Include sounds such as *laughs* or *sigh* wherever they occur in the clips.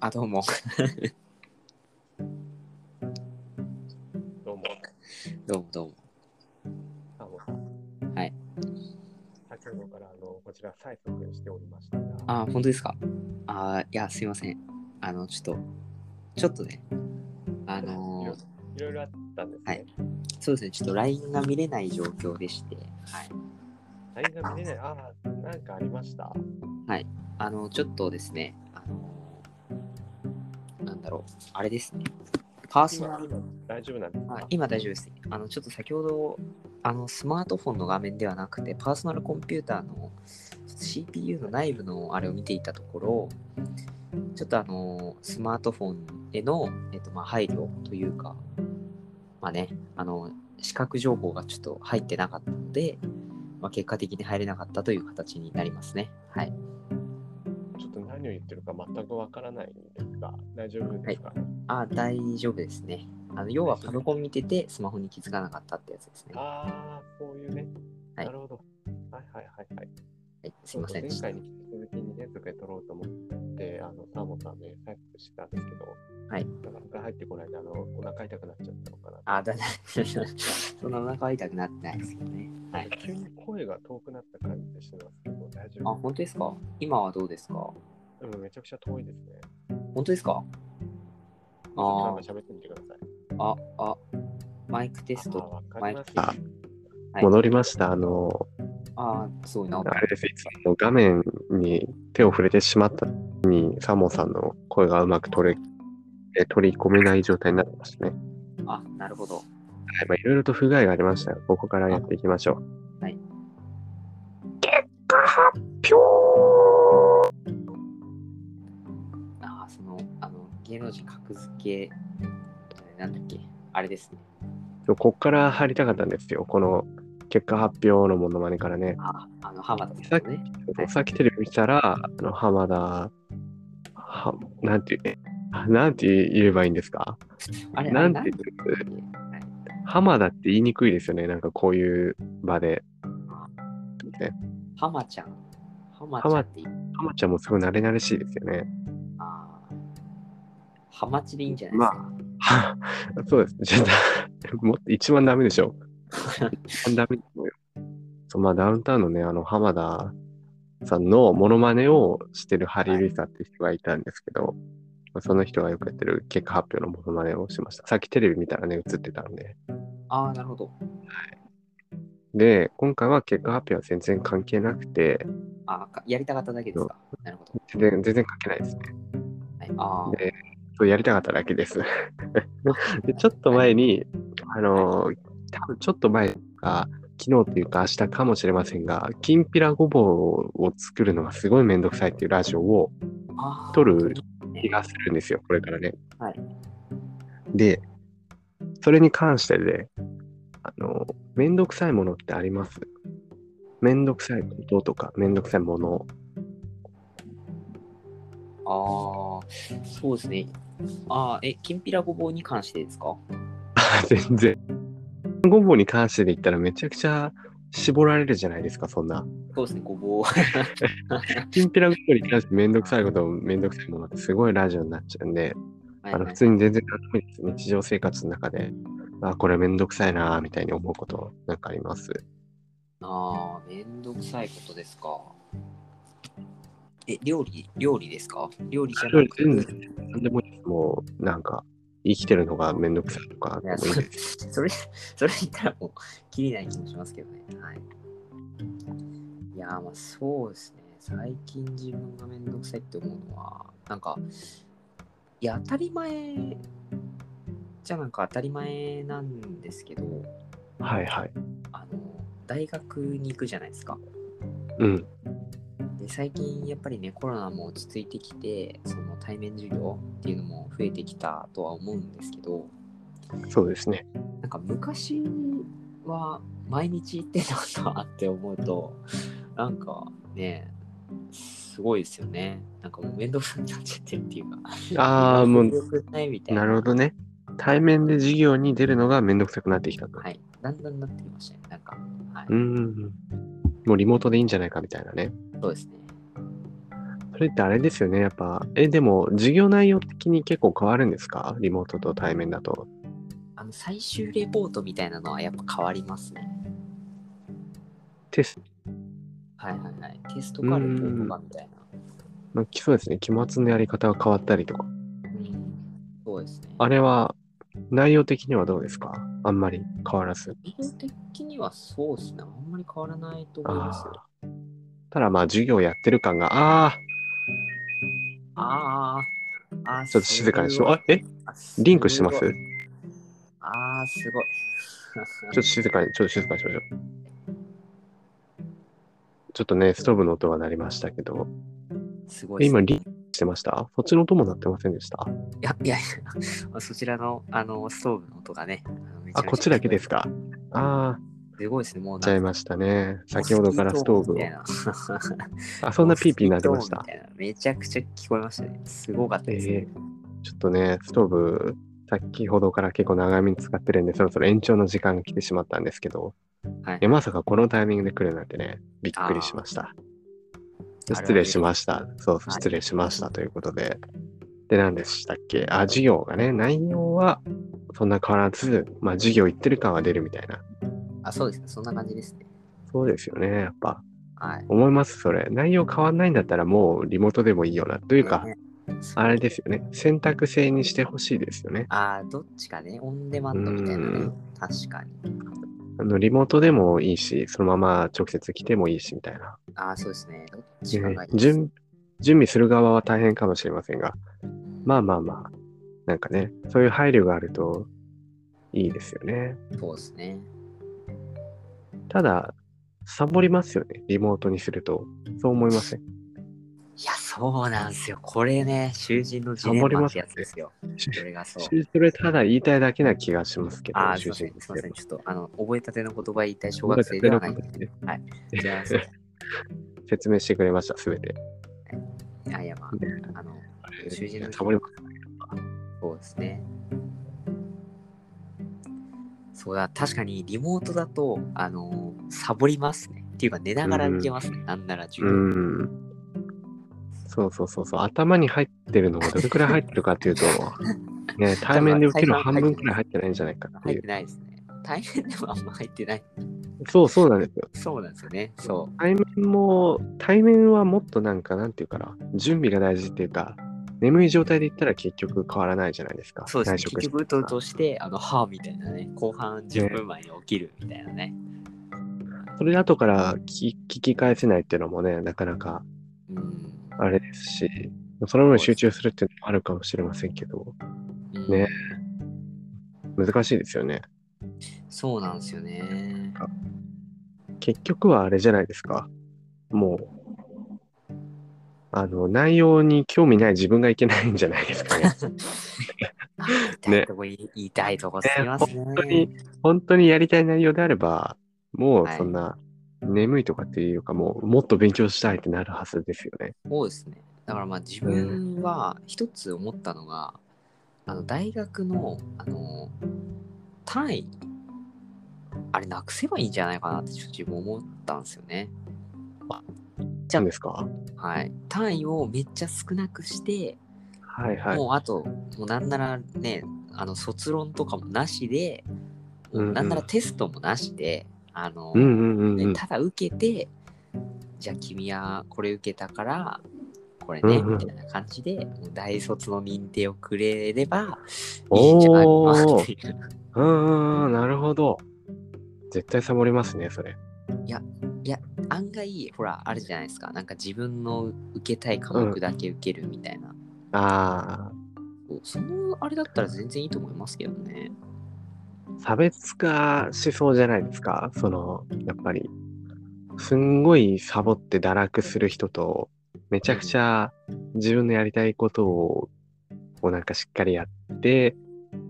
あ、どうも。どうも。 *laughs* どうもどうも。あのはい。先ほどからあのこちら催促しておりましたが、あ、本当ですかあー、いや、すいません。あの、ちょっと、ちょっとね、あいろのー、いろいろあったんですね。そうですね、ちょっと LINE が見れない状況でして、はい。はい、が見れない。ああ、なんかありました。あの、ちょっとですね、あのー、なんだろう、あれですね、パーソナ今ル、大丈夫なんですかあ今大丈夫です。あの、ちょっと先ほど、あの、スマートフォンの画面ではなくて、パーソナルコンピューターのちょっと CPU の内部のあれを見ていたところ、ちょっとあの、スマートフォンへの、えっと、まあ、配慮というか、まあね、あの、視覚情報がちょっと入ってなかったので、まあ、結果的に入れなかったという形になりますね。はい。ちょっと何を言ってるか全くわからないんですが、大丈夫ですか、あ、大丈夫ですね。あの要はパソコン見てて、スマホに気づかなかったってやつですね。はああ、そういうね。はいなるほど。はいはいはいはい。い、すいませんで前した。回に引き続きにね、受け取ろうと思って、あの、サーモンさんで催促してたんですけど、はいなかなか入ってこないで、あの、お腹痛くなっちゃったのかな。あ、だ、だ、 *laughs* そんなお腹は痛くなってないですけどね。はい。急に声が遠くなった感じでしてますけど、大丈あ、夫本当ですか今はどうですかうん、めちゃくちゃ遠いですね。本当ですかあちょっとなんか喋ってみてください。あ、あ、あ、マイクテスあト。わかりますマよ。はい戻りました。あの、あー、すごいな。あれです。いつも画面に手を触れてしまった時に、サーモンさんの声がうまく取れ、え取り込めない状態になってましたね。はいあ、なるほど。まあ、いろいろと不具合がありましたが、ここからやっていきましょう。はい。結果発表あー、その、あの、芸能人格付け、えーなんだっけあれですね。ここから入りたかったんですよ。この結果発表のモノマネからね。あ、あの、浜田さんのね。はいさっきテレビ見たら、あの浜田、はなんて言う、なんて言えばいいんですかあれ、あなれんて言だうっけはい浜田って言いにくいですよね、なんかこういう場で。浜ちゃん。浜ちゃんって言う。浜ちゃんもすごい慣れ慣れしいですよね。あー浜地でいいんじゃないですか、は *laughs* そうです。じゃあ、もっと *laughs* 一番ダメでしょ。一番ダメですよそうまあ、ダウンタウンのね、あの、浜田さんのモノマネをしてるハリー・ルイサって人がいたんですけど、まあその人がよくやってる結果発表のモノマネをしました。さっきテレビ見たらね、映ってたんで。ああ、なるほど。で、今回は結果発表は全然関係なくて、あかやりたかっただけですか。なるほど。全然全然関係ないですね。はい、あでそうやりたかっただ *laughs* けです。でちょっと前に、あのー多分ちょっと前か、昨日というか明日かもしれませんが、きんぴらごぼうを作るのがすごいめんどくさいっていうラジオをーあー、撮るね気がするんですよ、これからね。はいで、それに関してで、あのー、めんどくさいものってありますめんどくさいこととか、めんどくさいもの。ああ、そうですね。ああ、え、きんぴらごぼうに関してですか全然。ごぼうに関してで言ったらめちゃくちゃ絞られるじゃないですか、そんな。そうですね、ごぼう。きんぴらごぼうに関してめんどくさいこと、めんどくさいものってすごいラジオになっちゃうんで、はい *laughs* あの普通に全然何でもいいです。日常生活の中で、あ、これめんどくさいな、みたいに思うことなんかあります。 *laughs* ああ、めんどくさいことですか。え、料理、料理ですか料理じゃなくて。料理全何でもいいです。もう、なんか、生きてるのがめんどくさいとかいでもやそいいれです。 *laughs* それ、それ言ったらもう、きりない気もしますけどね。はい。いやー、まあそうですね。最近自分がめんどくさいって思うのは、なんか、いや、当たり前じゃなんか当たり前なんですけど、はいはい。あの、大学に行くじゃないですか。うん。で最近やっぱりねコロナも落ち着いてきてその対面授業っていうのも増えてきたとは思うんですけどそうですね。なんか昔は毎日行ってたなって思うとなんかねすごいですよねなんかもう面倒くさくなっちゃってるっていうかああ、もう、よくないみたいななるほどね。対面で授業に出るのがめんどくさくなってきたと。はいだんだんなってきましたねなんかはいうーん。もうリモートでいいんじゃないかみたいなね。そうですねそれれってあれですよね、やっぱ。え、でも、授業内容的に結構変わるんですかリモートと対面だと。あの最終レポートみたいなのはやっぱ変わりますね。テスト、はいはいはい。テストかレポートかみたいな。まあ、そうですね、期末のやり方が変わったりとか。うん、そうですね。あれは、内容的にはどうですかあんまり変わらず。基本的にはそうですね。あんまり変わらないと思いますよ。ただ、まあ、授業やってる感が、ああ、あーあー、ちょっと静かにしよう。すあ、えごいリンクしてますあすごちょいあー、すごい。っと静かに、ちょっと静かにしましょう。ちょっとね、ストーブの音が鳴りましたけど、すごいえっすね今、リンクしてましたそっちの音も鳴ってませんでしたいやいやいや、 *laughs* そちらのあのストーブの音がね、あのめちゃめちゃあ、こっちだけですか。ああ、すごいですね、もうちゃいましたね。先ほどからストーブを。あ、そんなピーピー鳴ってまし。モスたキート音み。いなめちゃくちゃ聞こえましたね。すごかったえですね。ーちょっとね、ストーブ、先ほどから結構長めに使ってるんで、そろそろ延長の時間が来てしまったんですけど、はいえまさかこのタイミングで来るなんてね、びっくりしました。ー失礼しました。そう、い失礼しましたということで。で、何でしたっけあ、授業がね、内容はそんな変わらず、まあ、授業行ってる感は出るみたいな。あ、そうですね、そんな感じですね。そうですよね、やっぱ。はい。思います、それ。内容変わんないんだったら、もうリモートでもいいよな。というか、ねあれですよね。選択制にしてほしいですよね。あーどっちかね、オンデマンドみたいなうねん。確かに。あの、リモートでもいいし、そのまま直接来てもいいし、みたいな。あーそうですね。どっちかがねいいです準準備する側は大変かもしれませんが、まあまあまあ、なんかね、そういう配慮があるといいですよね。そうですね。ただ、サボりますよね。リモートにすると。そう思いません。いや、そうなんですよ。これね、囚人のジサレボンりマまっすてやつですよ。これがそう。それただ言いたいだけな気がしますけど、あーすい就ません職、すいすまれせん。ばちょっと、あの、覚えたての言葉言いたい小学生ではないんで。はい。じゃあ、そう説明してくれました、すべて。いやいや、まあ、あの、囚人のサボりまそうですね。そうだ、確かにリモートだと、あの、サボりますね。っていうか、寝ながら行けますね。なんなら授う業。ん。そうそうそうそう。頭に入ってるのがどれくらい入ってるかってい *laughs* うと、ね、対面で受ける半分くらい入ってないんじゃないかって入いっうて。ないですね。対面でもあんま入ってない。そうそうなんですよ。そうなんですよね。そ対面も、対面はもっとなんか、なんていうかな、準備が大事っていうか、眠い状態で言ったら結局変わらないじゃないですか。う。そうですね。内結職して局、うとうとして、あの、はぁみたいなね。後半10分前に起きるみたいなね。それで後から聞き聞き返せないっていうのもね、なかなかうん。あれですし、その分集中するっていうのもあるかもしれませんけど、うんね難しいですよね。そうなんですよね。結局はあれじゃないですか。もう、あの、内容に興味ない自分がいけないんじゃないです *laughs* かね。あー言いたいとこ、言いたいとこすみますね。本当に、本当にやりたい内容であれば、もうはいそんな、眠いとかっていうか、もう、もっと勉強したいってなるはずですよね。そうですね。だからまあ自分は一つ思ったのが、あの大学のあの単位、あれなくせばいいんじゃないかなってちょっと自分思ったんですよね。じゃんですかはい。単位をめっちゃ少なくして、はいはい。もうあと、もうなんならね、あの卒論とかもなしで、うんうんなんならテストもなしで、あの、うんうんうんうでん。ただ受けて、じゃあ君はこれ受けたからこれね、うんうんみたいな感じでもう大卒の認定をくれればいいんじゃないかおなっーていううんうんうん、なるほど。絶対サボりますね、それ。案外ほらあるじゃないですかなんか自分の受けたい科目だけ受けるみたいな、あそのあれだったら全然いいと思いますけどねあ、差別化しそうじゃないですか。その、やっぱり、すんごいサボって堕落する人と、めちゃくちゃ自分のやりたいことを、こうなんかしっかりやって、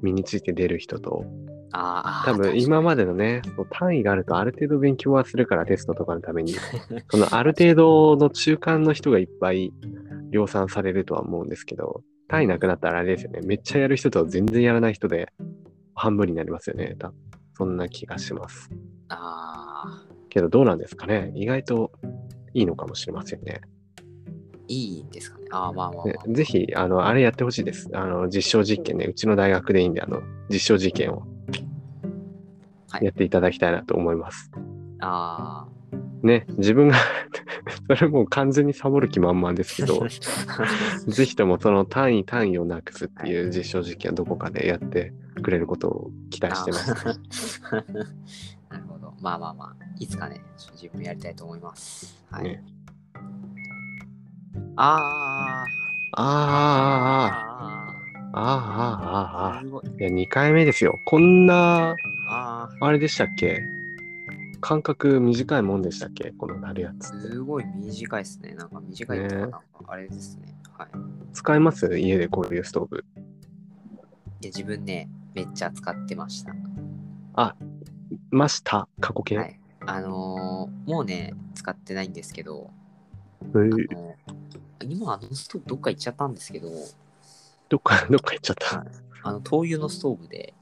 身について出る人と、あーあ多ー分今までのね、そう単位があるとある程度勉強はするからテストとかのた *laughs* めに、そのある程度の中間の人がいっぱい量産されるとは思うんですけど、単位なくなったらあれですよね。めっちゃやる人と全然やらない人で半分になりますよね。多分そんな気がします。あけどどうなんですかね。意外といいのかもしれませんね。ーいいんですかね。ああ、まあまあ、まねぜひ、あの、あれやってほしいです。あの、実証実験ね、うちの大学でいいんで、あの、実証実験をはいやっていただきたいなと思います。あ。あね、自分が、それもう完全にサボる気満々で *laughs* すけあ。ど、ぜひともその単位単位をなくすっていう実証実験をどこかでやってくれることを期待してます。あー *laughs* なるほど。まあまあまあ、いつかね、ちょっと自分もやりたいと思います。はい。ねああああーあーあーあーあーあすごい。ーいや、2回目ですよ。こんな、ああれでしたっけ間隔短いもんでしたっけこのなるやあ、つ。すごい短いですね。なんか短いっていうか、なんかあれですね。はい。使います家でこういうストーブ。で、自分ね、めっちゃ使ってました。ました過去形、はい。あのーもうね、使ってないんですけど、えあーの今、あのストーブどっか行っちゃったんですけど、どっか、どっか行っちゃった。あの、灯油のストーブで、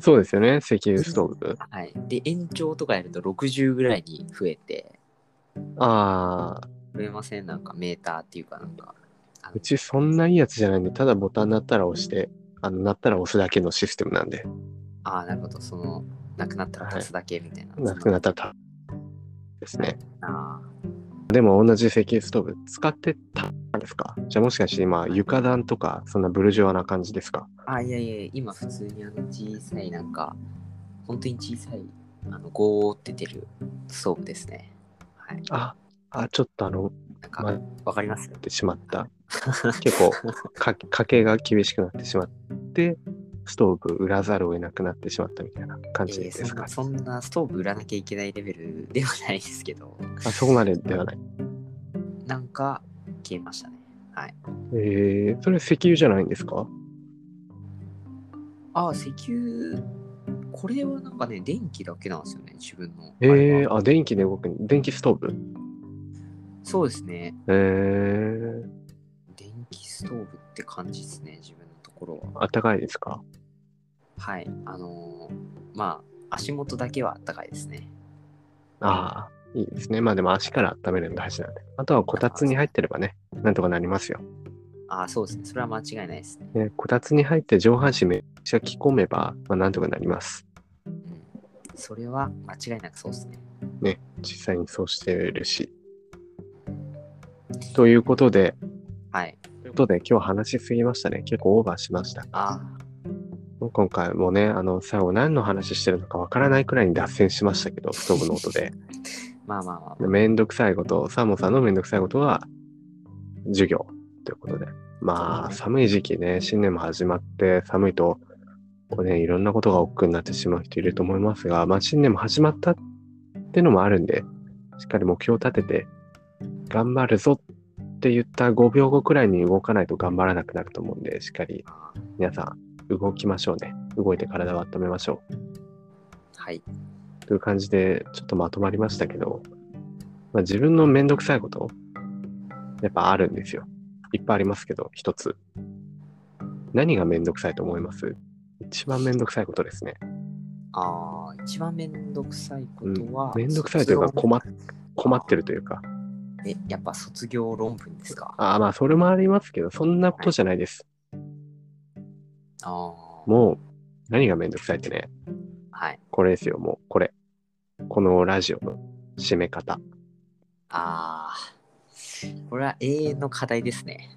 そうですよね。石油ストーブ。はい。で、延長とかやると60ぐらいに増えて、ああ、増えませんなんかメーターっていうかなんか。うちそんないいやつじゃないんで、ただボタン鳴ったら押して、あの、鳴ったら押すだけのシステムなんで、ああ、なるほど。その、なくなったら足すだけみたいな。なくなったらたですね。あでも同じ石油ストーブ使ってたんですかじゃあもしかして今、床暖とか、そんなブルジョアな感じですかーあー、いやいや、今普通にあの小さいなんか、本当に小さい、あの、ゴーって出るストーブですね。はい。あ、あ、ちょっとあの、なんか、まわかりますってしまった。結構か、家計が厳しくなってしまって、ストーブ売らざるを得なくなってしまったみたいな感じえでーすそんか、なそんなストーブ売らなきゃいけないレベルではないですけど、あそこまでではない。なんか消えましたね。はい。えー、それ石油じゃないんですかああ、石油、これはなんかね、電気だけなんですよね、自分の。えあれー、はあ、電気で動く、電気ストーブ。そうですね。えー、電気ストーブって感じですね、自分のところは。あったかいですかはい。あのーまあ、足元だけはあったかいですね。ああ、いいですね。まあでも足から温めるの大事なんで。あとはこたつに入ってればね、なんとかなりますよ。ああ、そうですね。それは間違いないですね。ね、こたつに入って上半身めっちゃ着込めば、まあなんとかなります。うん。それは間違いなくそうですね。実際にそうしてるし。ということで、はい。ということで今日話しすぎましたね。結構オーバーしました。あ今回もね、あの、最後何の話してるのかわからないくらいに脱線しましたけど、ストーブの音で。あ、まあまあまあ、めんどくさいこと、サーモンさんのめんどくさいことは、授業ということで。まあ、寒い時期ね、新年も始まって、寒いと、こうね、いろんなことが億劫になってしまう人いると思いますが、まあ、新年も始まったってのもあるんで、しっかり目標を立てて、頑張るぞって言った5秒後くらいに動かないと頑張らなくなると思うんで、しっかりあ皆さん、動きましょうね。動いて体を温めましょう。はい。という感じで、ちょっとまとまりましたけど、まあ、自分のめんどくさいこと、やっぱあるんですよ。いっぱいありますけど、一つ。何がめんどくさいと思います一番めんどくさいことですね。ああ、一番めんどくさいことは、めんどくさいというか卒業困っ困ってるというか。え、やっぱ卒業論文ですかああ、まあ、それもありますけど、そんなことじゃないです。ああ、もう、何がめんどくさいってね、はい。これですよ、もう、これ。このラジオの締め方。ああ、これは永遠の課題ですね。